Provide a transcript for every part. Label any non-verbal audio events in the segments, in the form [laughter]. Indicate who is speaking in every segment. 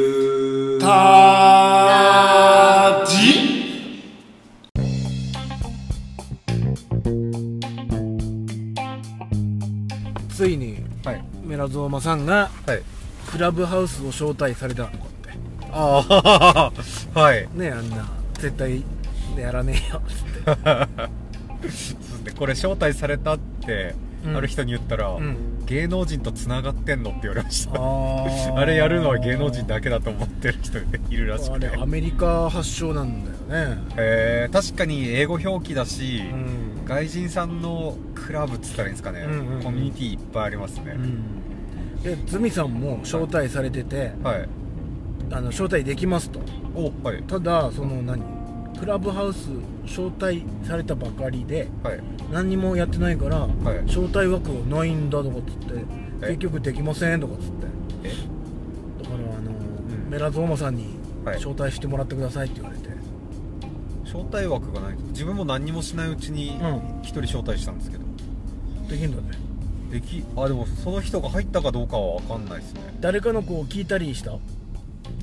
Speaker 1: ゆう
Speaker 2: たじ
Speaker 3: ついに
Speaker 1: はい
Speaker 3: メラゾーマさんが
Speaker 1: はい
Speaker 3: クラブハウスを招待されたのかって
Speaker 1: ああ [laughs] はい
Speaker 3: ねえあんな絶対やらねえよ
Speaker 1: そうですねこれ招待されたって、
Speaker 3: うん
Speaker 1: ある人に言ったら、
Speaker 3: ん
Speaker 1: 芸能人とつながってんのって言われました
Speaker 3: あ
Speaker 1: [laughs] あれやるのは芸能人だけだと思ってる人いるらし
Speaker 3: あ
Speaker 1: くて
Speaker 3: れアメリカ発祥なんだよね
Speaker 1: えー確かに英語表記だし、
Speaker 3: うん
Speaker 1: 外人さんのクラブっつったらいいんですかね、
Speaker 3: うんうん
Speaker 1: コミュニティいっぱいありますね
Speaker 3: う、んでズミさんも招待されてて
Speaker 1: はい
Speaker 3: あの招待できますと
Speaker 1: おはい
Speaker 3: ただその何クラブハウス招待されたばかりで
Speaker 1: はい
Speaker 3: 何にもやってないから、
Speaker 1: い
Speaker 3: 招待枠ないんだとかっつって
Speaker 1: え
Speaker 3: 結局できませんとかっつって
Speaker 1: え
Speaker 3: だからあの、
Speaker 1: ん
Speaker 3: メラゾーマさんに
Speaker 1: はい
Speaker 3: 招待してもらってくださいって言われて、
Speaker 1: 招待枠がない自分も何にもしないうちに
Speaker 3: うん
Speaker 1: 一人招待したんですけど、
Speaker 3: できんだね
Speaker 1: できあでもその人が入ったかどうかは分かんないですね
Speaker 3: 誰かの子を聞いたりした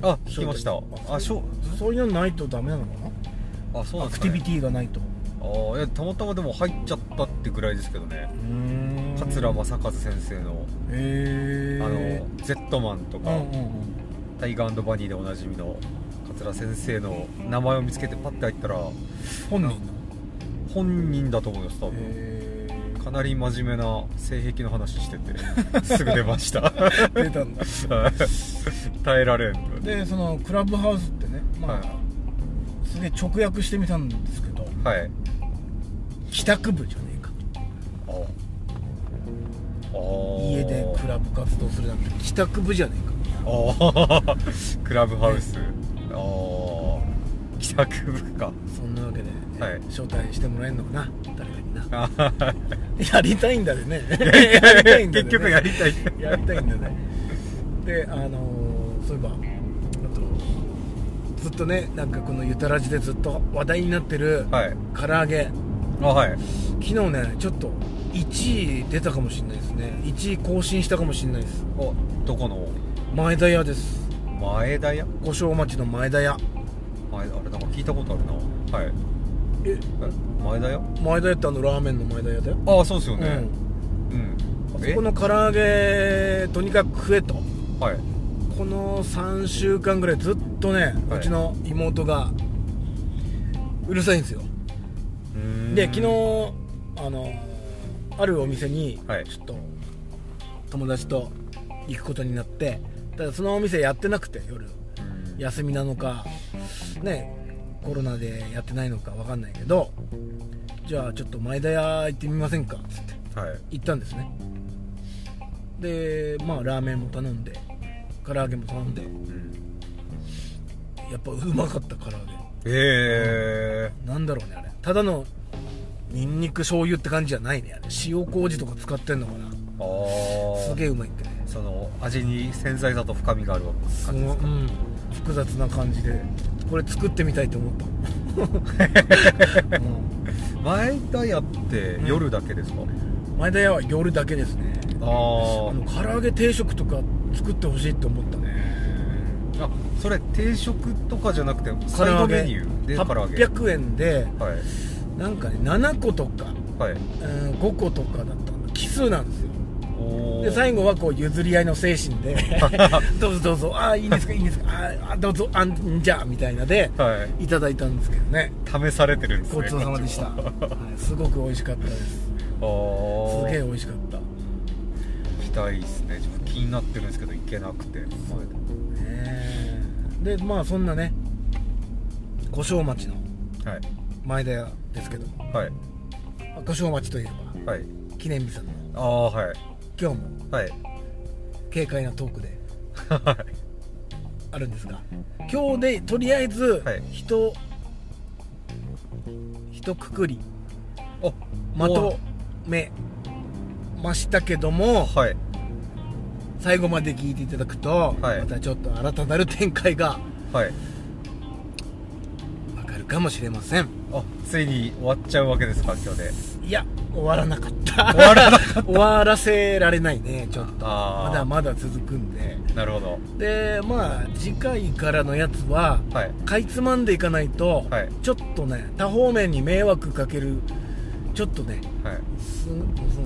Speaker 1: あ聞きました
Speaker 3: 招待
Speaker 1: あしょ
Speaker 3: そういうのないとダメなのか
Speaker 1: あそう
Speaker 3: な
Speaker 1: な
Speaker 3: ア
Speaker 1: ん
Speaker 3: ク
Speaker 1: です
Speaker 3: テ
Speaker 1: か、
Speaker 3: ィビ
Speaker 1: ね、
Speaker 3: ティがないと
Speaker 1: あーいやたまたまでも入っちゃったってぐらいですけどね
Speaker 3: うん
Speaker 1: 桂正和先生のあ
Speaker 3: へえ
Speaker 1: の Z マンとか、
Speaker 3: うんうんうん
Speaker 1: タイガーバニーでおなじみの桂先生の名前を見つけてパッて入ったら
Speaker 3: 本人の
Speaker 1: 本人だと思います多分
Speaker 3: へ
Speaker 1: かなり真面目な性癖の話して
Speaker 3: [laughs]
Speaker 1: てすぐ出ました
Speaker 3: え出た
Speaker 1: [laughs]
Speaker 3: んだ
Speaker 1: 耐えられん
Speaker 3: でそのクラブハウスってねまあ、
Speaker 1: は
Speaker 3: すげえ直訳してみたんですけど
Speaker 1: はい
Speaker 3: 帰宅部じゃねえか
Speaker 1: あーあー
Speaker 3: 家でクラブ活動するなんて帰宅部じゃねえ
Speaker 1: ああ [laughs] クラブハウスああ帰宅部か [laughs]
Speaker 3: かそんなわけで、
Speaker 1: はい
Speaker 3: 招待してもらえんのかな誰かにな
Speaker 1: あ
Speaker 3: [laughs]
Speaker 1: ー
Speaker 3: やりたいんだでね [laughs] やりたいん [laughs] だでね
Speaker 1: 結局やりたい
Speaker 3: やりたいんだね [laughs] であのーそういえばあとずっとねなんかこの「ゆたらじ」でずっと話題になってる
Speaker 1: はい
Speaker 3: 唐揚げ、
Speaker 1: あはい
Speaker 3: 昨日ねちょっと1位出たかもしれないですね1位更新したかもしれないです
Speaker 1: おどこの
Speaker 3: 前田屋です
Speaker 1: 前田屋
Speaker 3: 五所町の前田屋
Speaker 1: 前あれなんか聞いたことあるなはい
Speaker 3: え
Speaker 1: 前田屋
Speaker 3: 前田屋ってあのラーメンの前田屋だよ、
Speaker 1: ああそうですよ
Speaker 3: う
Speaker 1: ね
Speaker 3: ん
Speaker 1: う
Speaker 3: あ
Speaker 1: ん、え
Speaker 3: そこの唐揚げとにかく食えと
Speaker 1: はい
Speaker 3: この3週間ぐらいずっとね、
Speaker 1: はいう
Speaker 3: ちの妹がうるさいんですよ
Speaker 1: うーん
Speaker 3: で昨日あのあるお店に
Speaker 1: はい
Speaker 3: ちょっと友達と行くことになってただそのお店やってなくて夜
Speaker 1: うん
Speaker 3: 休みなのかねコロナでやってないのか分かんないけどじゃあちょっと前田屋行ってみませんかっつって
Speaker 1: はい
Speaker 3: 行ったんですねでまあラーメンも頼んで唐揚げも頼んで
Speaker 1: うん
Speaker 3: やっぱうまかった唐揚げ
Speaker 1: え
Speaker 3: なんだろうねあれただのニンニク醤油って感じじゃないねあれ塩麹とか使ってんのかな
Speaker 1: ー、ああ
Speaker 3: すげえうまいってね
Speaker 1: その味に繊細さと深みがあるわけです
Speaker 3: そのうん複雑な感じでこれ作ってみたいと思った、うん
Speaker 1: 前田屋って夜だけですか、
Speaker 3: 前田屋は夜だけですね
Speaker 1: あ
Speaker 3: あ
Speaker 1: あ
Speaker 3: の唐揚げ定食とか作ってほしいって思ったね
Speaker 1: あそれ定食とかじゃなくて
Speaker 3: 唐
Speaker 1: サイ
Speaker 3: 揚
Speaker 1: ド
Speaker 3: げ
Speaker 1: メニューで唐揚げ
Speaker 3: 800円で
Speaker 1: はい
Speaker 3: なんかね7個とか、
Speaker 1: はい
Speaker 3: うん、5個とかだったの奇数なんですよ
Speaker 1: お
Speaker 3: で最
Speaker 1: 後
Speaker 3: 後はこう譲り合いの精神
Speaker 1: [laughs]
Speaker 3: でどうぞどうぞああいいんですかいいんですかあーあどうぞあんじゃあみたいなで
Speaker 1: はい
Speaker 3: ただいたんですけどね
Speaker 1: い試されてるんですね
Speaker 3: ごちそうさまで
Speaker 1: [laughs]
Speaker 3: した、
Speaker 1: こっちも
Speaker 3: はいすごく美味しかったですす
Speaker 1: ああ
Speaker 3: げえ美味しかった、ね
Speaker 1: 行きたいですねちょっと気になってるんですけど行けなくて
Speaker 3: えでまあそんなね五所町の
Speaker 1: はい
Speaker 3: 前田屋ですけども
Speaker 1: はい
Speaker 3: 五所町といえば
Speaker 1: はい
Speaker 3: 記念日さんの
Speaker 1: ああはい
Speaker 3: 今日も
Speaker 1: はい [laughs]
Speaker 3: 軽快なトークであるんですが今日でとりあえず
Speaker 1: はい
Speaker 3: 人、人くくり
Speaker 1: お
Speaker 3: まとめましたけども
Speaker 1: はい
Speaker 3: 最後まで聞いていただくと、
Speaker 1: はい
Speaker 3: またちょっと新たなる展開が
Speaker 1: はい
Speaker 3: わかるかもしれません [laughs]
Speaker 1: あついに終わっちゃうわけですか今日で
Speaker 3: いいや終わらなかった
Speaker 1: 終わらなかった
Speaker 3: 終わらせられないねちょっと
Speaker 1: あー
Speaker 3: まだまだ続くんで
Speaker 1: なるほど
Speaker 3: でまあ次回からのやつは、
Speaker 1: はい
Speaker 3: かいつまんでいかないと、
Speaker 1: はい
Speaker 3: ちょっとね多方面に迷惑かけるちょっとね
Speaker 1: はい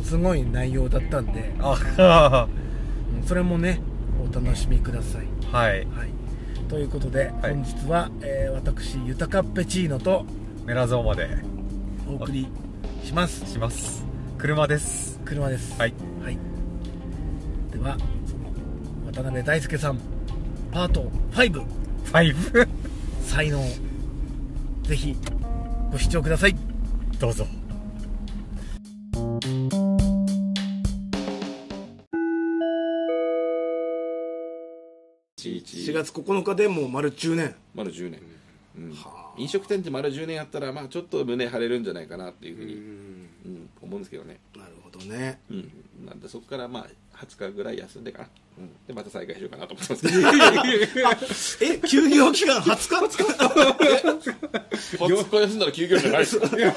Speaker 3: すすごい内容だったんで
Speaker 1: あ [laughs]
Speaker 3: うんそれもねお楽しみください、
Speaker 1: はい
Speaker 3: はい、ということで、
Speaker 1: はい
Speaker 3: 本日は、えー私ユタカッペチーノと
Speaker 1: メラゾーマで
Speaker 3: お送りします
Speaker 1: します車です
Speaker 3: 車です
Speaker 1: はい、
Speaker 3: はい、ではその渡辺大輔さんパート5
Speaker 1: 5
Speaker 3: 才能ぜひご視聴ください
Speaker 1: どうぞ
Speaker 3: 4月9日でもう丸10年
Speaker 2: 丸10年、うん飲食店って丸10年やったら、まあ、ちょっと胸張れるんじゃないかなっていうふうに、うん思うんですけどね、
Speaker 3: なるほどね
Speaker 2: うん、なんでそこからまあ20日ぐらい休んでかな、うん、でまた再開しようかなと思ってますけど
Speaker 4: え休業期間20
Speaker 2: 20日休んだら休業じゃないですか
Speaker 4: 日いや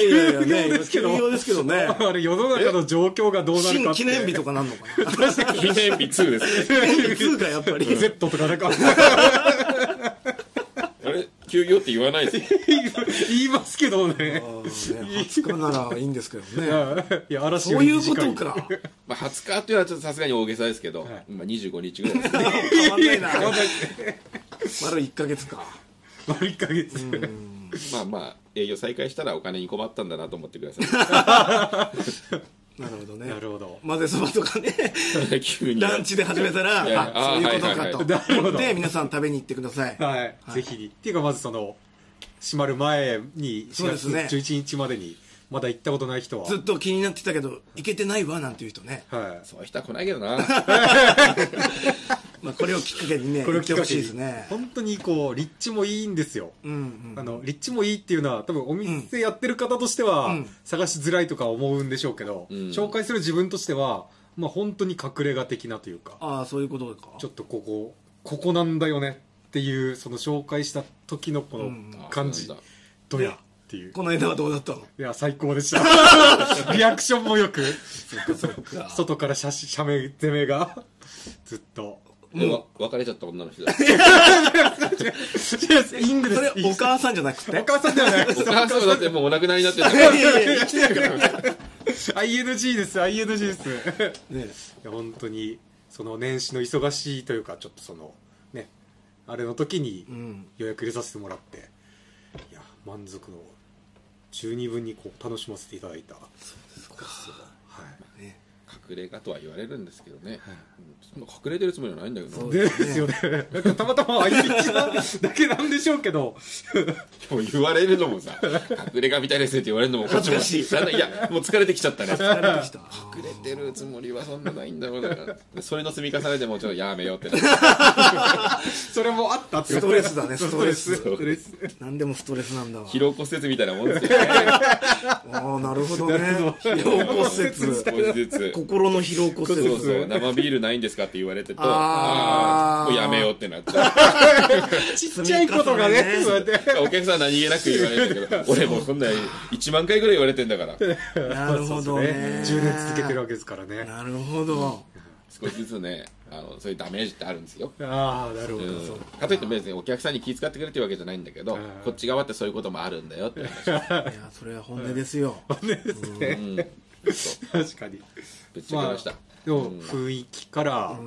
Speaker 4: いやいやね今休業ですけどね
Speaker 1: [laughs] あれ世の中の状況がどうなる
Speaker 4: 新
Speaker 1: かって
Speaker 4: 記念日とかなんのか
Speaker 2: [laughs]
Speaker 4: な
Speaker 2: 記念日2です
Speaker 4: 記念日2がやっぱり
Speaker 1: Z とかなんか [laughs]
Speaker 2: あれ休業って言わないですよ
Speaker 1: 言いますけど
Speaker 4: あ
Speaker 1: ね
Speaker 4: のね20日ならいいんですけどね
Speaker 1: いや嵐
Speaker 4: そういうことか
Speaker 2: [laughs] まあ20日っていうのはちょっとさすがに大げさですけど、まあ、25日ぐらいですね [laughs]
Speaker 4: 変わんないな丸1ヶ月か
Speaker 1: 丸1ヶ月
Speaker 2: まあまあ営業再開したらお金に困ったんだなと思ってくださ
Speaker 4: なるほどね
Speaker 1: なるほど
Speaker 4: 混ぜそばとかね
Speaker 2: [laughs] い急に
Speaker 4: ランチで始めたら
Speaker 2: いやいや
Speaker 4: あそういうことか
Speaker 2: あ
Speaker 4: と
Speaker 2: ー
Speaker 1: はいはいはいなるほ
Speaker 4: 思
Speaker 1: ど
Speaker 4: って皆さん食べに行ってください
Speaker 1: はい、ぜひっていうかまずその閉まる前に
Speaker 4: そう
Speaker 1: 4
Speaker 4: で
Speaker 1: 月
Speaker 4: すね
Speaker 1: 11日までにまだ行ったことない人は
Speaker 4: ずっと気になってたけど行けてないわなんていう人ね
Speaker 1: は
Speaker 2: そういう人は来ないけどな
Speaker 4: まあこれをきっかけにね
Speaker 1: い [laughs] これ
Speaker 4: 行
Speaker 1: を
Speaker 4: ってほ
Speaker 1: きっか
Speaker 4: し
Speaker 1: け
Speaker 4: い
Speaker 1: に
Speaker 4: ですね
Speaker 1: 本当にこう立地もいいんですよ、
Speaker 4: うんうん
Speaker 1: あの立地もいいっていうのは多分お店やってる方としては、探しづらいとか思うんでしょうけど、
Speaker 2: ん
Speaker 1: 紹介する自分としては、まあ、本当に隠れ家的なというか
Speaker 4: ああそういうことか
Speaker 1: ちょっとここここなんだよねっていうその紹介した時のこの感じ、
Speaker 2: うんあ
Speaker 1: どやっていう
Speaker 4: この間はどうだったの
Speaker 1: いや最高でした
Speaker 2: [laughs]
Speaker 1: リアクションもよく外から写真写メ攻めがずっと
Speaker 2: でも別れちゃった女の [laughs] 人だ
Speaker 1: イングで
Speaker 4: そ
Speaker 1: す
Speaker 4: れお母さんじゃなくて
Speaker 1: お母さんでは [laughs] ない
Speaker 2: お母さんもだってもうお亡くなりにな [laughs] ってるか
Speaker 4: いやいやいや生きてるから
Speaker 1: ING です ING です
Speaker 4: ね
Speaker 1: いや本当にその年始の忙しいというかちょっとそのねあれの時に
Speaker 4: ん
Speaker 1: 予約入れさせてもらって、いや満足の十二分にこう楽しませていただいたはい
Speaker 2: 隠れ家とは言われるんですけどね、うんそんな隠れてるつもりはないんだけどな
Speaker 1: でです [laughs] よねなんかたまたま ING なだけなんでしょうけど
Speaker 2: でも言われるのもさ隠れ家みたいですねって言われるのもこっちも
Speaker 4: 恥ず
Speaker 2: だんだんいやもう疲れてきちゃったね
Speaker 4: 慣れてきた
Speaker 2: 隠れてるつもりはそんなないんだろうなでそれの積み重ねでもうちょっとやめようってな
Speaker 1: それもあったって
Speaker 4: ストレスだねストレス
Speaker 1: ストレス
Speaker 4: 何でもストレスなんだわ
Speaker 2: 疲労骨折みたいなもんですよね
Speaker 4: ああなるほどね
Speaker 1: なるほど
Speaker 4: 疲労骨
Speaker 2: 少
Speaker 4: 折
Speaker 2: しずつ
Speaker 4: 心の疲労骨
Speaker 2: そう
Speaker 4: 折
Speaker 2: そう生ビールないんですかって言われてと
Speaker 4: あー
Speaker 2: あーもうやめようってなっちゃう
Speaker 1: ちっちゃいことが
Speaker 4: 積み重ね
Speaker 1: ね
Speaker 4: ね
Speaker 1: そうやって
Speaker 2: お客さんは何気なく言われるんだけど俺もうこんなん1万回ぐらい言われてんだから
Speaker 4: なるほどね
Speaker 1: 10年続けてるわけですからね
Speaker 4: なるほど
Speaker 2: 少しずつねあのそういうダメージってあるんですよ
Speaker 1: ああなるほど、
Speaker 2: うんかといって別にお客さんに気遣ってくれっていうわけじゃないんだけど、こっち側ってそういうこともあるんだよって話
Speaker 4: いやそれは本音ですよ
Speaker 1: 確かに
Speaker 2: ぶっちゃけました、
Speaker 1: でも雰囲気から、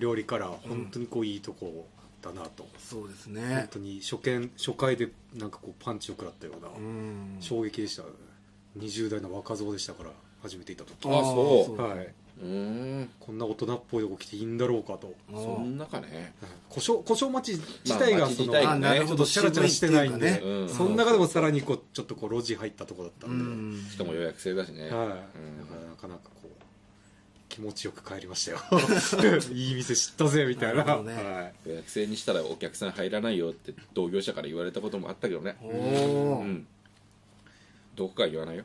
Speaker 1: 料理から本当にこういいとこだなと、
Speaker 4: そうです
Speaker 1: 本
Speaker 4: ね
Speaker 1: 当に初見初回でなんかこうパンチを食らったような
Speaker 4: うん
Speaker 1: 衝撃でした、20代の若造でしたから初めていた時
Speaker 2: ああそう
Speaker 4: あ
Speaker 1: はい
Speaker 2: うん
Speaker 1: こんな大人っぽいとこ来ていいんだろうかと
Speaker 2: そんなかね
Speaker 1: 故障故障町自体
Speaker 2: まあ
Speaker 1: が
Speaker 2: 町
Speaker 1: そ
Speaker 2: 自
Speaker 1: の、
Speaker 2: 体
Speaker 4: あ
Speaker 2: が
Speaker 4: あ
Speaker 2: ね
Speaker 4: なる
Speaker 1: ち
Speaker 4: ほ
Speaker 1: ょっと
Speaker 4: ど
Speaker 1: シャラシャラしてないんで
Speaker 4: 渋
Speaker 2: うん
Speaker 1: その中でもさらにこうちょっとこう路地入ったとこだった
Speaker 4: いっていうかねうん
Speaker 1: で、
Speaker 4: ん
Speaker 2: しかも予約制だしね、
Speaker 1: はい、
Speaker 2: うん
Speaker 1: だからなかなかこう気持ちよく帰りましたよ [laughs] いい店知ったぜみたいな
Speaker 4: なるほどね
Speaker 1: はい
Speaker 2: 予約制にしたらお客さん入らないよって同業者から言われたこともあったけどね
Speaker 4: お
Speaker 2: う
Speaker 4: お
Speaker 2: んどこかは言わないよ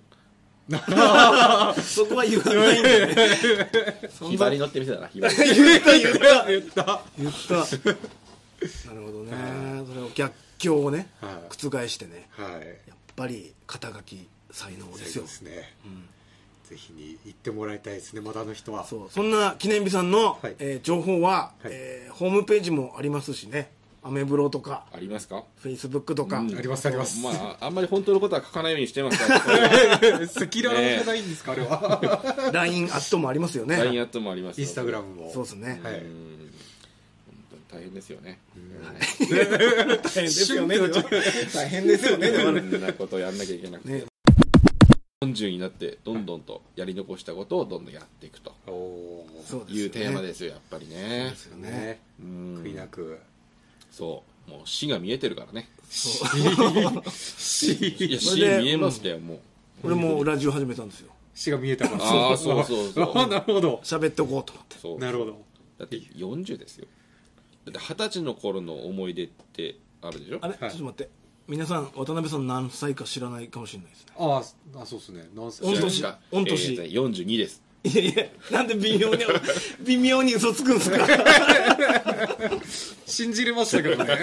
Speaker 4: そこは言わないんだねそん
Speaker 2: ひ
Speaker 4: な
Speaker 2: ばりのって店だなひばり
Speaker 4: 言った言った
Speaker 1: 言った
Speaker 4: 言ったなるほどねそれを逆境をね
Speaker 1: はい
Speaker 4: 覆してね
Speaker 1: はい
Speaker 4: やっぱり肩書き才能で
Speaker 1: です
Speaker 4: よ
Speaker 1: すね、ぜひに行ってもらいたいですねまだの人は
Speaker 4: そうそんな記念日さんの、
Speaker 1: はい
Speaker 4: えー情報は、
Speaker 1: はい
Speaker 4: えーホームページもありますしねアメブロとか
Speaker 2: ありますか
Speaker 4: フェイスブックとか、
Speaker 1: ありますあります、
Speaker 2: ま
Speaker 1: [laughs]
Speaker 2: あ、あんまり本当のことは書かないようにしてますから、
Speaker 1: 赤裸々じゃないんですか、あれは
Speaker 4: LINE アットもありますよね
Speaker 2: LINE アットもあります
Speaker 1: イン
Speaker 2: よ
Speaker 1: スタグラムも
Speaker 4: そうですね、
Speaker 1: は
Speaker 2: う
Speaker 1: い
Speaker 2: ん本当に大変ですよね。
Speaker 4: 大変ですよね大変ですよねでもね
Speaker 2: そんなことやんなきゃいけなくて。
Speaker 4: ね
Speaker 2: 40になって、どんどんとやり残したことをどんどんやっていくと
Speaker 1: おおー
Speaker 4: そうです
Speaker 2: い
Speaker 4: よ
Speaker 2: うテーマ
Speaker 4: ね
Speaker 2: ですよ、やっぱりね。
Speaker 1: ね
Speaker 2: うん
Speaker 1: 悔いなく
Speaker 2: そう。もう死が見えてるからね。
Speaker 1: 死
Speaker 2: [laughs] いや、
Speaker 4: そ
Speaker 2: 死
Speaker 4: れで
Speaker 2: 見えましたよ、もう。
Speaker 4: 俺もラジオ始めたんですよ
Speaker 1: 死が見えたから
Speaker 2: あーそうそうそう
Speaker 1: [laughs] あーなるほど
Speaker 4: 喋っておこうと思って
Speaker 2: そう。
Speaker 1: なるほど
Speaker 2: だって40ですよ。だって二十歳の頃の思い出ってあるでしょ
Speaker 4: あれ、
Speaker 1: はい
Speaker 4: ちょっと待って皆さん渡辺さん何歳か知らないかもしれないですね
Speaker 1: あーあそうですね何歳
Speaker 4: 御
Speaker 2: 四
Speaker 4: 年御年
Speaker 2: 42です。
Speaker 4: い [laughs] やいやなんで微妙に [laughs] 微妙に嘘つくんです [laughs] か
Speaker 1: 信じれましたけどね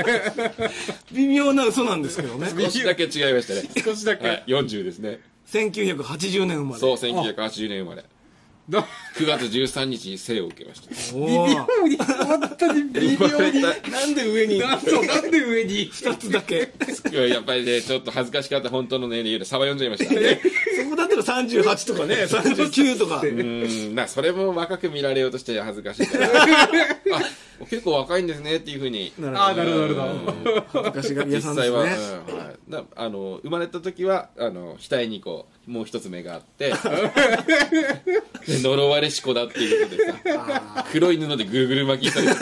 Speaker 4: 微妙な嘘なんですけどね [laughs]
Speaker 2: 少しだけ違いましたね。
Speaker 1: 少しだけ、
Speaker 2: はい、40ですね。
Speaker 4: 1980年生まれ
Speaker 2: そう、1980年生まれ。
Speaker 1: な
Speaker 2: 9月13日に生を受けました。
Speaker 4: お
Speaker 1: 微
Speaker 4: ー
Speaker 1: 妙に本当に微妙
Speaker 2: [laughs]
Speaker 1: に
Speaker 4: なんで上に
Speaker 1: なんそうなんで上に
Speaker 4: 2つだけ
Speaker 2: いややっぱりね、ちょっと恥ずかしかった本当の年齢よりサバ読んじゃいました。う
Speaker 4: そこだったら38とか [laughs] ね39とか
Speaker 2: ーん、な、それも若く見られようとして恥ずかしいから。あ、結構若いんですねっていうふうに。
Speaker 4: なる
Speaker 1: ああなるほどなるほど
Speaker 4: 昔が
Speaker 2: 実
Speaker 4: 皆さんで
Speaker 2: 際
Speaker 4: す
Speaker 2: は、
Speaker 4: ね
Speaker 2: うんはいなあの生まれた時はあの額にこうもう一つ目があって
Speaker 1: [laughs]
Speaker 2: で呪われし子だっていうことでさ黒い布でぐるぐる巻きされて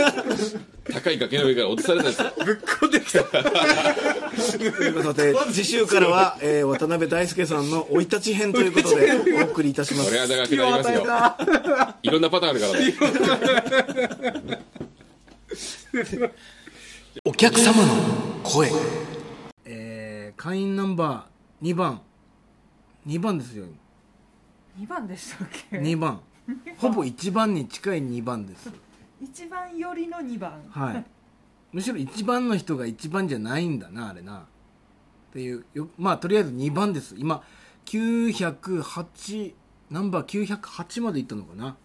Speaker 2: 高い崖の上から落とされたん
Speaker 1: [laughs]
Speaker 2: ですよ
Speaker 1: ぶっこんできた
Speaker 4: ということで次週からは、えー渡辺大輔さんの生い立ち編ということでお送りいたしま
Speaker 2: これ
Speaker 4: す
Speaker 2: は長くなりますよいろんなパターンあるからね
Speaker 4: お客様の声えー、会員ナンバー2番2番ですよ
Speaker 5: 二番でしたっけ
Speaker 4: 2番ほぼ1番に近い2番です
Speaker 5: 一番寄りの二番
Speaker 4: はいむしろ1番の人が1番じゃないんだなあれなっていうよまあとりあえず2番です今908ナンバー908までいったのかな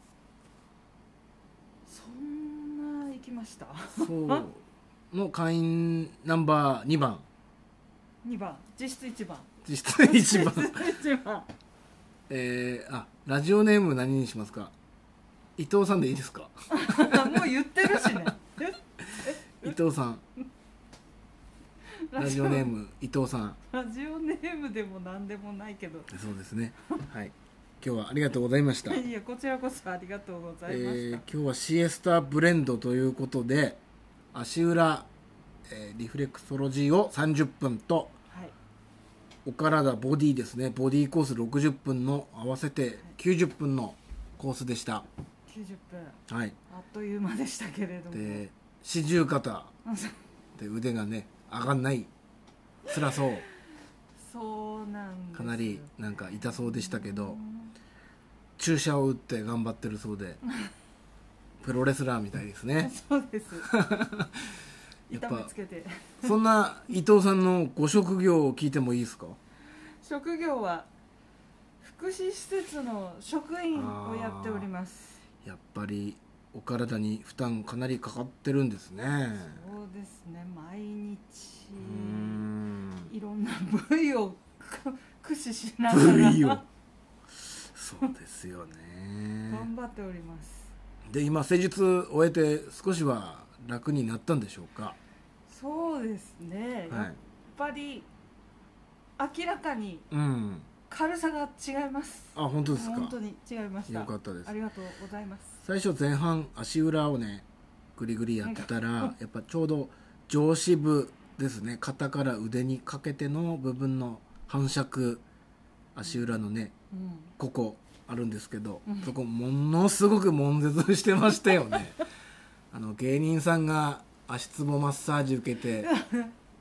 Speaker 5: そんな行きました
Speaker 4: そうの会員ナンバー2番
Speaker 5: 二番実質一番
Speaker 4: 実質1番
Speaker 5: [laughs] 一番
Speaker 4: えー、あラジオネーム何にしますか伊藤さんでいいですか
Speaker 5: もう言ってるしね
Speaker 4: [laughs] 伊藤さんラジオネーム伊藤さん [laughs]
Speaker 5: ラジオネームでも何でもないけど
Speaker 4: そうですねはい今日はありがとうございました
Speaker 5: いやこちらこそありがとうございまし
Speaker 4: えー
Speaker 5: た、
Speaker 4: 今日はシエスタブレンドということで足裏、えーリフレクソロジーを30分と
Speaker 5: はい
Speaker 4: お体ボディですねボディコース60分の合わせて90分のコースでした
Speaker 5: 90分
Speaker 4: はい
Speaker 5: あっという間でしたけれども
Speaker 4: で四十肩で腕がね上がんない辛そう
Speaker 5: そうなんです
Speaker 4: かなりなんか痛そうでしたけど注射を打って頑張ってるそうでプロレスラーみたいですね
Speaker 5: そう
Speaker 4: [laughs]
Speaker 5: です
Speaker 4: やっぱ
Speaker 5: 痛めつけて
Speaker 4: そんな伊藤さんのご職業を聞いてもいいですか
Speaker 5: 職業は福祉施設の職員をやっております
Speaker 4: やっぱりお体に負担かなりかかってるんですね
Speaker 5: そうですね毎日
Speaker 4: うーん
Speaker 5: いろんな部位をく駆使しなが
Speaker 4: 部
Speaker 5: ら
Speaker 4: 位を
Speaker 5: 頑
Speaker 4: そうですよね
Speaker 5: 張っております
Speaker 4: で今施術終えて少しは楽になったんでしょうか
Speaker 5: そうですね、
Speaker 4: は
Speaker 5: やっ
Speaker 4: い
Speaker 5: ぱり明らかに
Speaker 4: うん
Speaker 5: 軽さが違います
Speaker 4: あ本当ですか
Speaker 5: 本当に違いました
Speaker 4: よかったです
Speaker 5: ありがとうございます
Speaker 4: 最初前半足裏をねグリグリやってたらやっぱちょうど上肢部ですね肩から腕にかけての部分の反射足裏のね
Speaker 5: うん
Speaker 4: ここあるんですけど、そこものすごく悶絶してましたよねあの芸人さんが足つぼマッサージ受け
Speaker 5: [laughs]
Speaker 4: て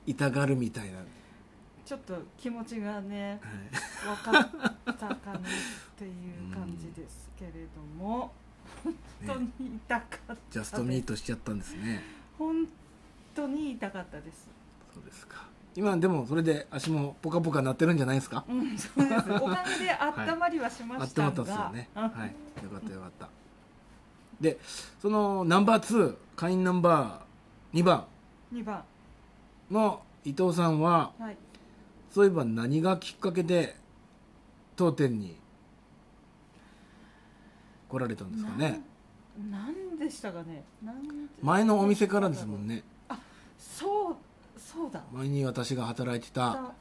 Speaker 4: 痛がるみたいな、
Speaker 5: ちょっと気持ちがね
Speaker 4: はい
Speaker 5: 分かったかなっていう感じですけれども、
Speaker 4: うん
Speaker 5: 本当に痛かったです
Speaker 4: ジャストミートしちゃったんですね
Speaker 5: 本当に痛かったです
Speaker 4: そうですか今でもそれで足もポカポカ鳴ってるんじゃないですか
Speaker 5: うん、そうです。おかげで温まりはし
Speaker 4: あ
Speaker 5: ま
Speaker 4: っ
Speaker 5: した
Speaker 4: ま
Speaker 5: た
Speaker 4: ったで
Speaker 5: が、
Speaker 4: すよね。
Speaker 5: う
Speaker 4: は
Speaker 5: ん
Speaker 4: い。よかったよかった。で、そのナンバー2、会員ナンバー2番
Speaker 5: 二番、
Speaker 4: の伊藤さんは、
Speaker 5: はい、
Speaker 4: そういえば何がきっかけで当店に来られたんですかね。
Speaker 5: なん。なんでしたかね。なんで
Speaker 4: 前のお店からですもん。ね。
Speaker 5: そう、そうだ。
Speaker 4: 前に私が働いてた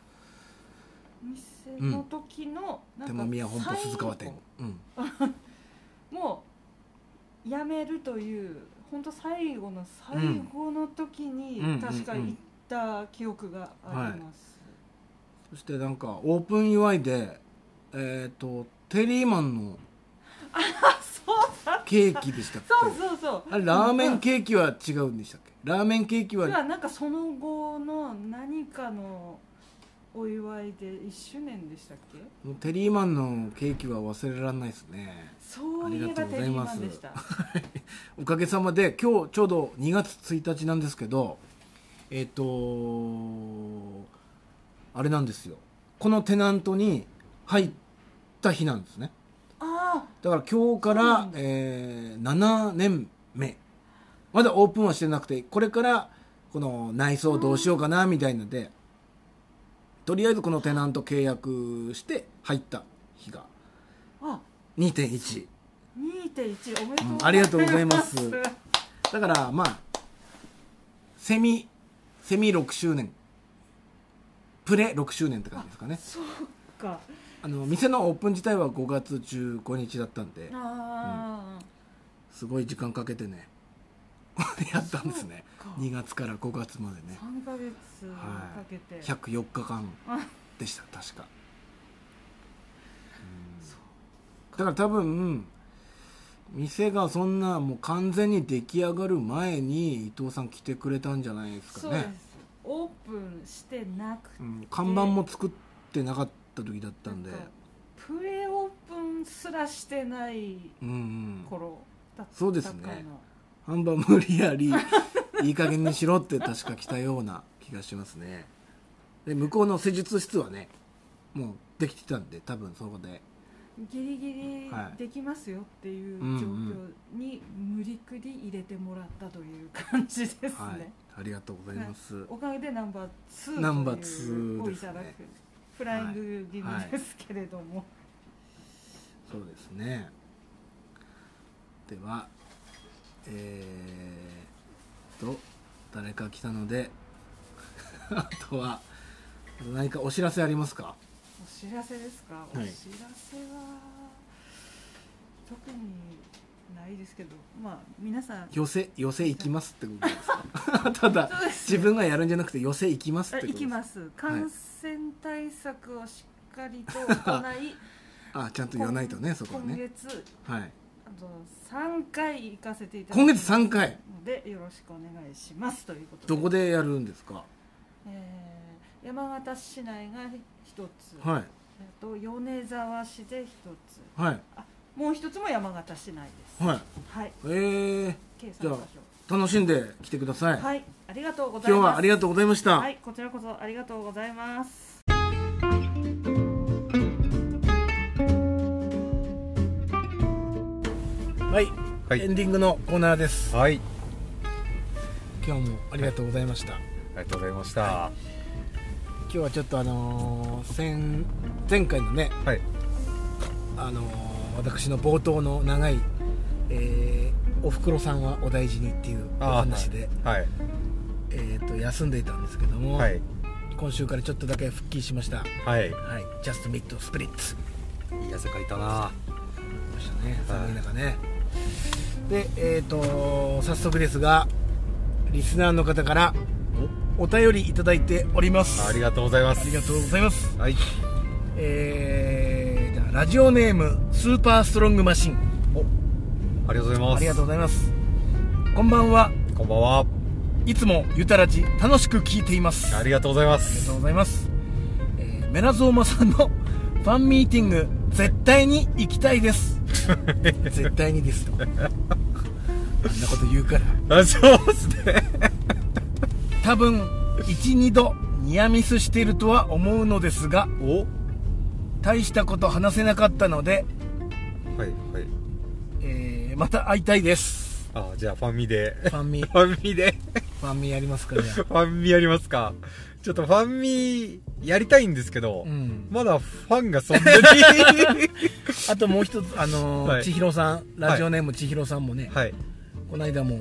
Speaker 5: 店の時の、なん
Speaker 4: 手
Speaker 5: か
Speaker 4: 間宮本舗鈴川店
Speaker 5: 最後。
Speaker 4: うん。
Speaker 5: もう辞めるという本当最後の最後の時に、
Speaker 4: うん
Speaker 5: 確か
Speaker 4: うんうん
Speaker 5: 行った記憶があります、
Speaker 4: そしてなんかオープン祝いで、えっ、と、テリーマンの
Speaker 5: あそうだ
Speaker 4: ケーキでしたっけ
Speaker 5: そうそうそう
Speaker 4: あれラーメ
Speaker 5: う
Speaker 4: ン
Speaker 5: ん
Speaker 4: ケーキは違うんでしたっけラーメンケーキ
Speaker 5: では
Speaker 4: は
Speaker 5: なんかその後の何かのお祝いで1周年でしたっけ
Speaker 4: テリーマンのケーキは忘れられないですね
Speaker 5: そういえば
Speaker 4: ありがとうご
Speaker 5: テ
Speaker 4: ざい
Speaker 5: リー
Speaker 4: ま
Speaker 5: マ
Speaker 4: す
Speaker 5: ンでした
Speaker 4: おかげさまで今日ちょうど2月1日なんですけどえっ、とあれなんですよこのテナントに入った日なんですね
Speaker 5: あ
Speaker 4: だから今日か
Speaker 5: そうな
Speaker 4: ら
Speaker 5: ん、だ
Speaker 4: えー7年目まだオープンはしてなくてこれからこの内装どうしようかなみたいので、とりあえずこのテナント契約して入った日が
Speaker 5: ああ
Speaker 4: 2.1
Speaker 5: 2.1おめでとう
Speaker 4: う
Speaker 5: ございます、
Speaker 4: んありがとうございますだからまあセミセミ6周年プレ6周年って感じですかね
Speaker 5: そうか
Speaker 4: あの店のオープン自体は5月15日だったんで
Speaker 5: あ
Speaker 4: すごい時間かけてね [laughs] やったんですね
Speaker 5: そうか
Speaker 4: 2月から5月までね
Speaker 5: あ、三3か月かけて、
Speaker 4: 104日間でした確かだから多分店がそんなもう完全に出来上がる前に伊藤さん来てくれたんじゃないです
Speaker 5: そ
Speaker 4: か
Speaker 5: うで
Speaker 4: ね
Speaker 5: す、オープンしてなくて、
Speaker 4: うん看板も作ってなかった時だったんで
Speaker 5: なんかプレオープンすらしてない
Speaker 4: うんうん
Speaker 5: 頃だったかな
Speaker 4: そうですね看板無理やり [laughs] いい加減にしろって確か来たような気がしますねで向こうの施術室はねもうできてたんで多分そこで
Speaker 5: ギリギリ
Speaker 4: はい
Speaker 5: できますよっていう
Speaker 4: うんうん
Speaker 5: 状況に無理くり入れてもらったという感じですね、
Speaker 4: はいありがとうございます、
Speaker 5: おかげでナンバー2
Speaker 4: ナンバー
Speaker 5: とい
Speaker 4: 2
Speaker 5: うをいただく、
Speaker 4: ですね
Speaker 5: フライング気味ですけれども、
Speaker 4: そうですねではえー、と誰か来たのであとは何かお知らせありますか
Speaker 5: お知らせですか、
Speaker 4: い
Speaker 5: お知らせは特にないですけどまあ皆さん
Speaker 4: 寄せ寄せ行きますってことですか [laughs] ただ
Speaker 5: そうです
Speaker 4: 自分がやるんじゃなくて寄せ行きますっ
Speaker 5: あ
Speaker 4: てこと
Speaker 5: 行
Speaker 4: で
Speaker 5: き
Speaker 4: すか
Speaker 5: ます感染対策をしっかりと行い
Speaker 4: [laughs] あちゃんと言わないとねそこは
Speaker 5: 今
Speaker 4: ね
Speaker 5: 月
Speaker 4: はい
Speaker 5: あと3回行かせていただ
Speaker 4: 今
Speaker 5: きま
Speaker 4: 月
Speaker 5: す
Speaker 4: 3回
Speaker 5: のでよろしくお願いしますということで
Speaker 4: どこでやるんですか
Speaker 5: えー山形市内が一つ、
Speaker 4: は
Speaker 5: えっと米沢市で一つ
Speaker 4: いはい
Speaker 5: もう一つも山形市内です
Speaker 4: はい
Speaker 5: はい
Speaker 4: えー、
Speaker 5: 計算箇所
Speaker 4: 楽しんで来てください、
Speaker 5: はいありがとうござい
Speaker 4: 今
Speaker 5: ます
Speaker 4: 日はありがとうございました、
Speaker 5: はいこちらこそありがとうございます
Speaker 4: はい、
Speaker 1: はい
Speaker 4: エンディングのコーナーです
Speaker 1: [laughs] はい
Speaker 4: 今日もありがとうございました、
Speaker 1: ありがとうございました
Speaker 4: 今日はちょっとあのー先前回のね、
Speaker 1: はい
Speaker 4: あのー私の冒頭の長い、えーおふくろさんはお大事にっていうお
Speaker 1: あー
Speaker 4: 話で、
Speaker 1: はい
Speaker 4: えー、と休んでいたんですけども、
Speaker 1: はい
Speaker 4: 今週からちょっとだけ復帰しましたは
Speaker 1: はい
Speaker 4: いジャストミッドスプリッツ
Speaker 1: いい汗かいたな
Speaker 4: ましたね
Speaker 1: はい
Speaker 4: 寒い中ね、でえっ、と早速ですがリスナーの方からお便りいただいております
Speaker 1: ありがとうございま
Speaker 4: あ
Speaker 1: す
Speaker 4: りがとうございます
Speaker 1: はい
Speaker 4: えーじゃあラジオネームスーパーストロングマシン
Speaker 1: ありがとうございます
Speaker 4: ありがとうございますこんばんは
Speaker 1: こんばんはい
Speaker 4: つもゆたらじ楽しく聞いています
Speaker 1: ありがとうございま
Speaker 4: ありが
Speaker 1: す
Speaker 4: とうございます、えーメラゾーマさん
Speaker 3: [laughs]
Speaker 4: のファンミーティング絶対に行きたいです
Speaker 3: [laughs]
Speaker 4: 絶対にですとあんなこと言うから
Speaker 1: あそうですね
Speaker 4: 多分
Speaker 3: 12度ニアミスしているとは思うのですが
Speaker 6: お
Speaker 3: 大したこと話せなかったので、
Speaker 6: はいはい
Speaker 3: えーまた会いたいです
Speaker 6: あじゃあファンミで
Speaker 3: ファ [laughs] ンミ
Speaker 6: ファンミで
Speaker 3: ファンミやりますかね
Speaker 6: ファンミやりますかちょっとファンミやりたいんですけど、
Speaker 3: うん
Speaker 6: まだファンがそんな
Speaker 1: [laughs]
Speaker 6: に
Speaker 3: あともう一つあのー
Speaker 6: はい
Speaker 3: 千尋さんラジオネーム千尋さんもね、
Speaker 6: はい
Speaker 3: この間も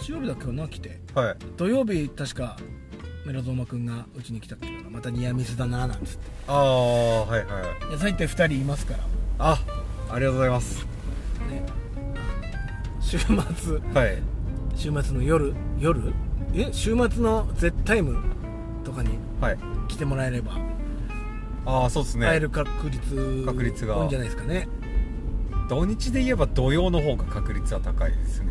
Speaker 3: 日曜日だっけかな来て
Speaker 6: はい
Speaker 3: 土曜日確かメラゾーマくんがうちに来たっていうからまたニアミスだななんつって
Speaker 6: ああはいはい
Speaker 3: 野菜って2人いますから
Speaker 6: あありがとうございます
Speaker 3: ね週末
Speaker 6: はい
Speaker 3: 週末の夜夜え週末の絶タイムとかに
Speaker 6: はい
Speaker 3: 来てもらえれば
Speaker 6: ああそうですね
Speaker 3: 会える確率
Speaker 6: 確率が
Speaker 3: 多いんじゃないですかね
Speaker 6: 土日で言えば土曜の方が確率は高いですね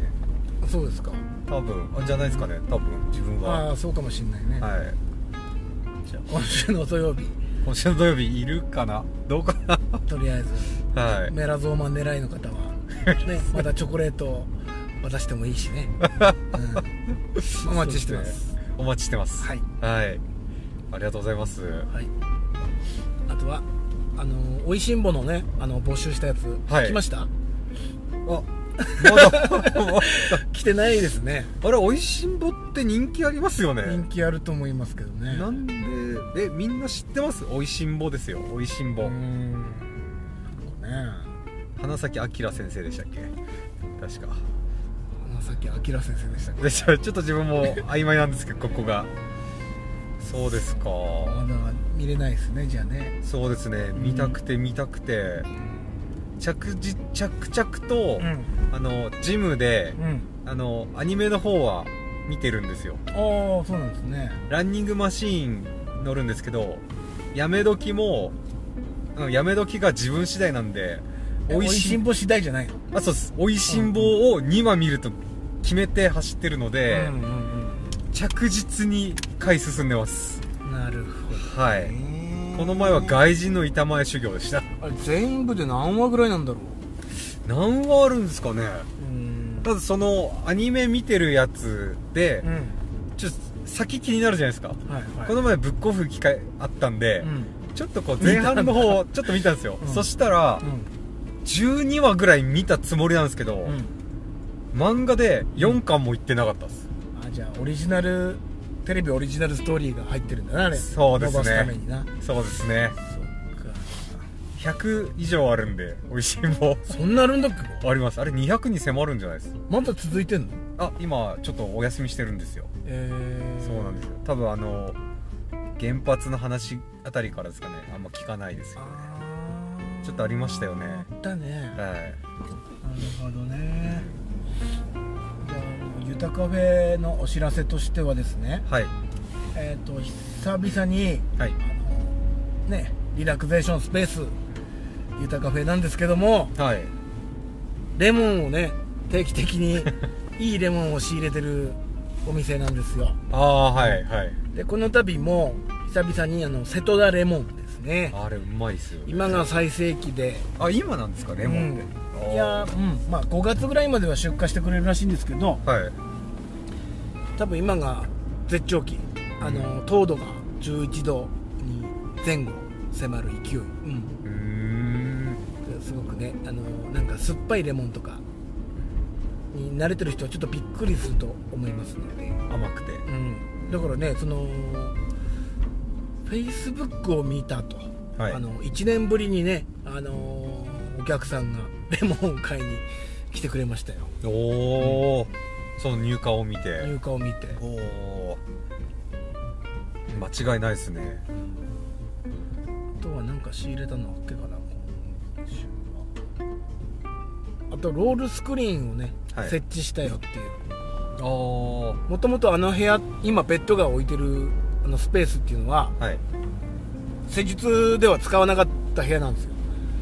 Speaker 3: そうですか
Speaker 6: 多分あじゃないですかね多分自分は
Speaker 3: ああそうかもしれないね、
Speaker 6: はい
Speaker 3: じゃあ今週の土曜日
Speaker 6: 今週の土曜日いるかなどうか
Speaker 3: とりあえず [laughs]
Speaker 6: なはい
Speaker 3: メラゾーマ狙いの方は、ね、まだチョコレートを渡してもいいし
Speaker 6: [laughs]
Speaker 3: ね、うんお待ちしてま
Speaker 6: そうですねお待ちしてます
Speaker 3: はい、
Speaker 6: はい、ありがとうございます
Speaker 3: はい、あとはあのーおいしんぼのねあの募集したやつ、
Speaker 6: はい
Speaker 3: 来ま [laughs] した
Speaker 6: あまだ
Speaker 3: 来てないですね
Speaker 6: あれおいしんぼって人気ありますよね
Speaker 3: 人気あると思いますけどね
Speaker 6: なんでえみんな知ってますおいしんぼですよおいしんぼ、
Speaker 3: うーんね
Speaker 6: 花咲明先生でしたっけ確か
Speaker 3: 花咲明先生でしたけ
Speaker 6: で [laughs] ちょちょっと自分も曖昧なんですけどここがそうですか
Speaker 3: どまだ見れないですねじゃあね
Speaker 6: そうですね
Speaker 3: ん
Speaker 6: 見たくて見たくて着実着々と、
Speaker 3: ん
Speaker 6: あのジムで
Speaker 3: うん
Speaker 6: あのアニメの方は見てるんですよ
Speaker 3: ああそうなんですね
Speaker 6: ランニングマシーン乗るんですけどやめ時もうんやめ時が自分次第なんで
Speaker 3: お
Speaker 6: お
Speaker 3: い
Speaker 6: い
Speaker 3: し
Speaker 6: し
Speaker 3: ん
Speaker 6: ん
Speaker 3: ぼ次第じゃないの
Speaker 6: あそうですおいしんぼを2話見ると決めて走ってるので、
Speaker 3: うんうん
Speaker 6: 着実に回進んでます
Speaker 3: うんなるほ
Speaker 6: はい、
Speaker 3: どね
Speaker 6: この前は外人の板前修行でした
Speaker 3: あれ全部で何話ぐらいなんだろ
Speaker 6: 何話あるんですかね
Speaker 3: ううん
Speaker 6: ただそのアニメ見てるやつで
Speaker 3: うん
Speaker 6: ちょっと先気になるじゃないですか
Speaker 3: はいはい
Speaker 6: この前ブックオフ機会あったんで、
Speaker 3: うん
Speaker 6: ちょっとこう前半の方をちょっと見たんですよ、
Speaker 3: うん
Speaker 6: そしたら12話ぐらい見たつもりなんですけど、
Speaker 3: うんうん
Speaker 6: 漫画で4巻も行ってなかったです、
Speaker 3: あじゃあオリジナルテレビオリジナルストーリーが入ってるんだなあれ
Speaker 6: そうですね
Speaker 3: 伸ばすためにな
Speaker 6: そうですね
Speaker 3: そっか
Speaker 6: 100以上あるんで美味しいも
Speaker 3: そんなあるんだっけ
Speaker 6: ありますあれ200に迫るんじゃないです
Speaker 3: まだ続いてんの
Speaker 6: あ今ちょっとお休みしてるんですよ
Speaker 3: えー、
Speaker 6: そうなんですよ多分あの原発の話あたりからですかねあんま聞かないですよね
Speaker 3: あー
Speaker 6: ちょっとありましたよね
Speaker 3: あったねなる
Speaker 6: はい
Speaker 3: ほどねじゃあゆたカフェのお知らせとしてはですね
Speaker 6: はい
Speaker 3: えっ、と久々に
Speaker 6: はい
Speaker 3: ねリラクゼーションスペースゆたカフェなんですけども
Speaker 6: はい
Speaker 3: レモンをね定期的
Speaker 6: [laughs]
Speaker 3: にいいレモンを仕入れてるお店なんですよ
Speaker 6: ああはいはい
Speaker 3: でこの度も久々にあの瀬戸田レモンですね
Speaker 6: あれうまいっすよね
Speaker 3: 今が最盛期で
Speaker 6: あ今なんですかレモンって、
Speaker 3: いやーうんまあ5月ぐらいまでは出荷してくれるらしいんですけど
Speaker 6: あーはい
Speaker 3: 多分今が絶頂期あの糖度が11度に前後迫る勢い、うん、
Speaker 6: うーん
Speaker 3: すごくねあのなんか酸っぱいレモンとかに慣れてる人はちょっとびっくりすると思いますので、
Speaker 6: 甘くて
Speaker 3: うん、だからねそのフェイスブックを見たと、
Speaker 6: はい
Speaker 3: あの1年ぶりにねあのお客さんがレモンを買いに来てくれましたよ
Speaker 6: おお、その入荷を見て
Speaker 3: 入荷を見て
Speaker 6: おお間違いないですね
Speaker 3: あとはなんか仕入れたのあっけかな今週はあとロールスクリーンをね、
Speaker 6: はい
Speaker 3: 設置したよっていう
Speaker 6: ああは
Speaker 3: もともとあの部屋今ベッドが置いてるあのスペースっていうのはい施術では使わなかった部屋なんですよ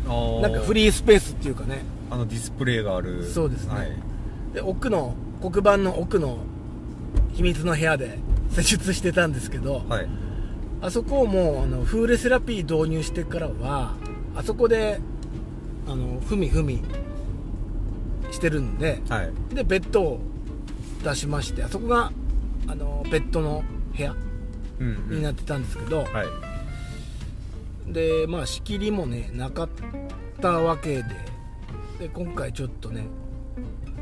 Speaker 6: あー
Speaker 3: なんかフリースペースっていうかね
Speaker 6: あのディスプレイがある
Speaker 3: そうですね
Speaker 6: はい、
Speaker 3: で奥の黒板の奥の秘密の部屋で施術してたんですけど、
Speaker 6: はい、
Speaker 3: あそこをもうあのフーレセラピー導入してからはあそこであのふみふみしてるんで
Speaker 6: はい
Speaker 3: でベッドを出しましてあそこがあのベッドの部屋
Speaker 1: うん
Speaker 3: になってたんですけど、
Speaker 1: はい
Speaker 3: でまあ仕切りもねなかったわけでで今回ちょっとね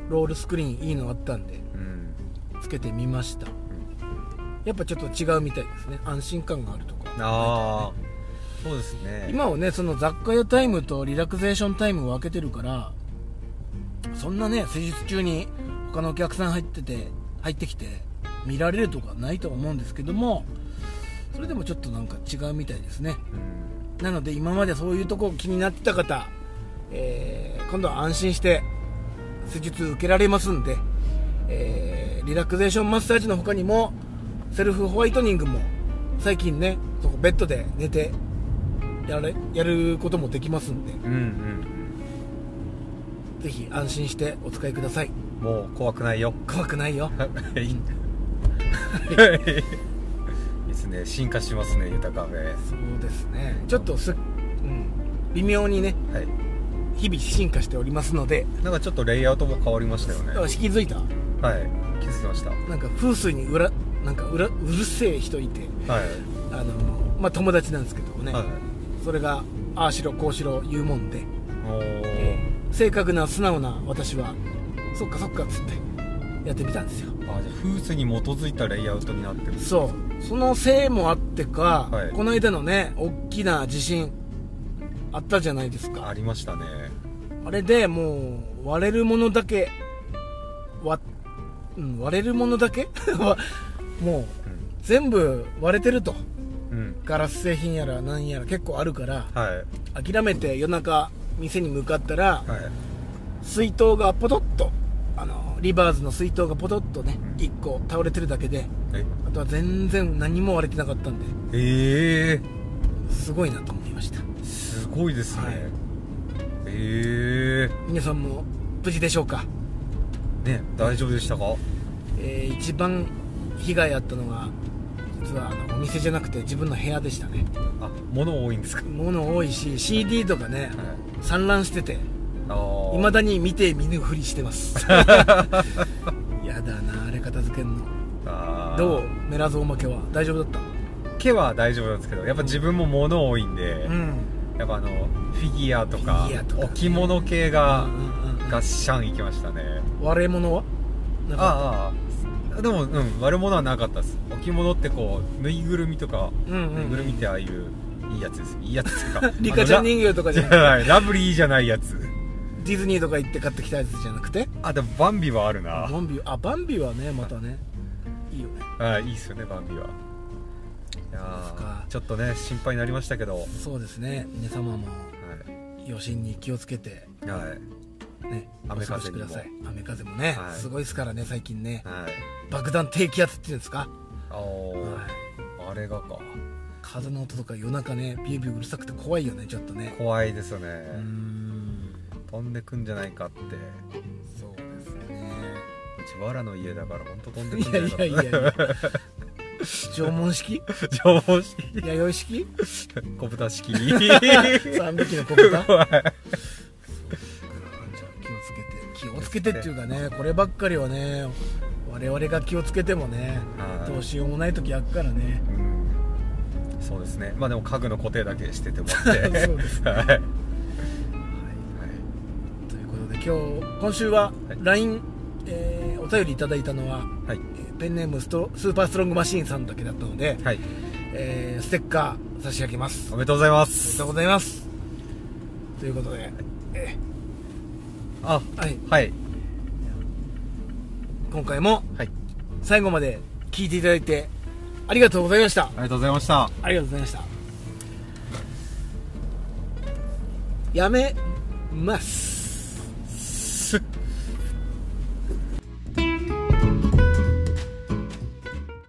Speaker 3: ロールスクリーンいいのあったんで
Speaker 1: うん
Speaker 3: つけてみましたやっぱちょっと違うみたいですね安心感があるとか
Speaker 6: ああそうですね
Speaker 3: 今はねその雑貨屋タイムとリラクゼーションタイムを分けてるからそんなね施術中に他のお客さん入ってて入ってきて見られるとかないとは思うんですけどもそれでもちょっとなんか違うみたいですねなので今までそういうとこ気になってた方、えー今度は安心して施術受けられますんで、えーリラクゼーションマッサージの他にもセルフホワイトニングも最近ねそこベッドで寝てやれやることもできますんで
Speaker 6: うんうん
Speaker 3: ぜひ安心してお使いください
Speaker 6: うんもう怖くないよ
Speaker 3: 怖くないよ
Speaker 6: [laughs] いいいいですね進化しますね豊カフェ
Speaker 3: そうですねちょっとす、うん、微妙にね
Speaker 6: はい
Speaker 3: 日々進化しておりますので、
Speaker 6: なんかちょっとレイアウトも変わりましたよね
Speaker 3: あ引きづいた
Speaker 6: はい気づきました
Speaker 3: なんか風水にうらなんかうらうるせえ人いて
Speaker 6: はい
Speaker 3: あのまあ友達なんですけどもね、
Speaker 6: はい
Speaker 3: それがああしろこうしろ言うもんで
Speaker 6: お
Speaker 3: 正確な素直な私はそっかそっかっつってやってみたんですよ
Speaker 6: おあじゃあ風水に基づいたレイアウトになってる
Speaker 3: そうそのせいもあってか、
Speaker 6: はい
Speaker 3: この間のね大きな地震あったじゃないですか
Speaker 6: あ
Speaker 3: あ
Speaker 6: りましたね
Speaker 3: れでもう割れるものだけ割,、うん、割れるものだけ [laughs] わもう全部割れてると
Speaker 6: うん、うん、
Speaker 3: ガラス製品やら何やら結構あるから
Speaker 6: はい
Speaker 3: 諦めて夜中店に向かったら
Speaker 6: はい
Speaker 3: 水筒がポトッとあのリバーズの水筒がポトッとね1個倒れてるだけで
Speaker 6: え
Speaker 3: あとは全然何も割れてなかったんで
Speaker 6: ええ
Speaker 3: すごいなと思いました
Speaker 6: すごいですね、
Speaker 3: はい
Speaker 6: え
Speaker 3: 皆さんも無事でしょうか、
Speaker 6: えね大丈夫でしたか
Speaker 3: えー一番被害あったのは実はあのお店じゃなくて自分の部屋でしたね
Speaker 6: あ物多いんですか
Speaker 3: 物多いし CD とかね
Speaker 6: はい
Speaker 3: 散乱してて
Speaker 6: ああ
Speaker 3: いまだに見て見ぬふりしてます [laughs] やだなあれ片付けんの
Speaker 6: あー
Speaker 3: どうメラゾーマ家は大丈夫だっ
Speaker 6: 毛は大丈夫なんですけどやっぱ自分も物多いんで、
Speaker 3: たん
Speaker 6: やっぱあのフィギュアとか
Speaker 3: フィギュアとか
Speaker 6: 置物系が
Speaker 3: うんうん
Speaker 6: ガッシャンいきましたね
Speaker 3: 割れ物はなんか
Speaker 6: ああああでもうん悪者はなかったです置物ってこうぬいぐるみとか、
Speaker 3: うんうんうん
Speaker 6: ぬいぐるみってああいういいやつですいいやつっていうか
Speaker 3: [laughs] リカちゃん人形と
Speaker 6: あ
Speaker 3: か
Speaker 6: の
Speaker 3: じ
Speaker 6: ラ
Speaker 3: ゃなく
Speaker 6: じゃないラブリーじゃないやつ
Speaker 3: ディズニーとか行って買ってきたやつじゃなくて
Speaker 6: あでもバンビはあるな
Speaker 3: バンビあバンビはねまたねいいよね
Speaker 6: あいいっすよねバンビはいや
Speaker 3: そうですか
Speaker 6: ーちょっとね心配になりましたけどは
Speaker 3: そうですね皆様も
Speaker 6: い
Speaker 3: 余震に気をつけて
Speaker 6: はい
Speaker 3: ね
Speaker 6: 雨風にも
Speaker 3: お過ごしください雨風もね、
Speaker 6: はい
Speaker 3: すごいですからね最近ね
Speaker 6: はい
Speaker 3: 爆弾低気圧っていうんですか、
Speaker 6: あおーあれがか
Speaker 3: 風の音とか夜中ねビュービューうるさくて怖いよねちょっとね
Speaker 6: 怖いですよね、
Speaker 3: うーん
Speaker 6: 飛んでくんじゃないかってう
Speaker 3: そうですね
Speaker 6: ちわらの家だから本当飛んで
Speaker 3: い
Speaker 6: くんじゃ
Speaker 3: や
Speaker 6: ない
Speaker 3: いやい
Speaker 6: か
Speaker 3: やい
Speaker 6: [laughs]
Speaker 3: や縄文式 [laughs]
Speaker 6: 縄文式
Speaker 3: 弥生式
Speaker 6: 小豚
Speaker 3: [laughs]
Speaker 6: 式
Speaker 3: 3匹の子
Speaker 6: [laughs]
Speaker 3: 豚
Speaker 6: 怖い
Speaker 3: じゃあ気をつけて気をつけてっていうかねこればっかりはね我々が気をつけてもね
Speaker 6: はい
Speaker 3: どうしようもない時あっからね
Speaker 6: うんそうですねまあでも家具の固定だけしててもらって
Speaker 3: そうですね
Speaker 6: はいはい
Speaker 3: ということで今日今週は
Speaker 6: はい
Speaker 3: LINE、えーお便りいただいたのは、
Speaker 6: は
Speaker 3: え
Speaker 6: い
Speaker 3: ーペンネームストスーパーストロングマシーンさんだけだったので、
Speaker 6: はい
Speaker 3: えーステッカー差し上げます
Speaker 6: お
Speaker 3: あ
Speaker 6: めでとうございま
Speaker 3: りが
Speaker 6: す
Speaker 3: とうございますということで、え
Speaker 6: あ
Speaker 3: ーはい、
Speaker 6: はい
Speaker 3: 今回も
Speaker 6: はい
Speaker 3: 最後まで聞いていただいてありがとうございました
Speaker 6: ありがとうございました
Speaker 3: ありがとうございました。やめます。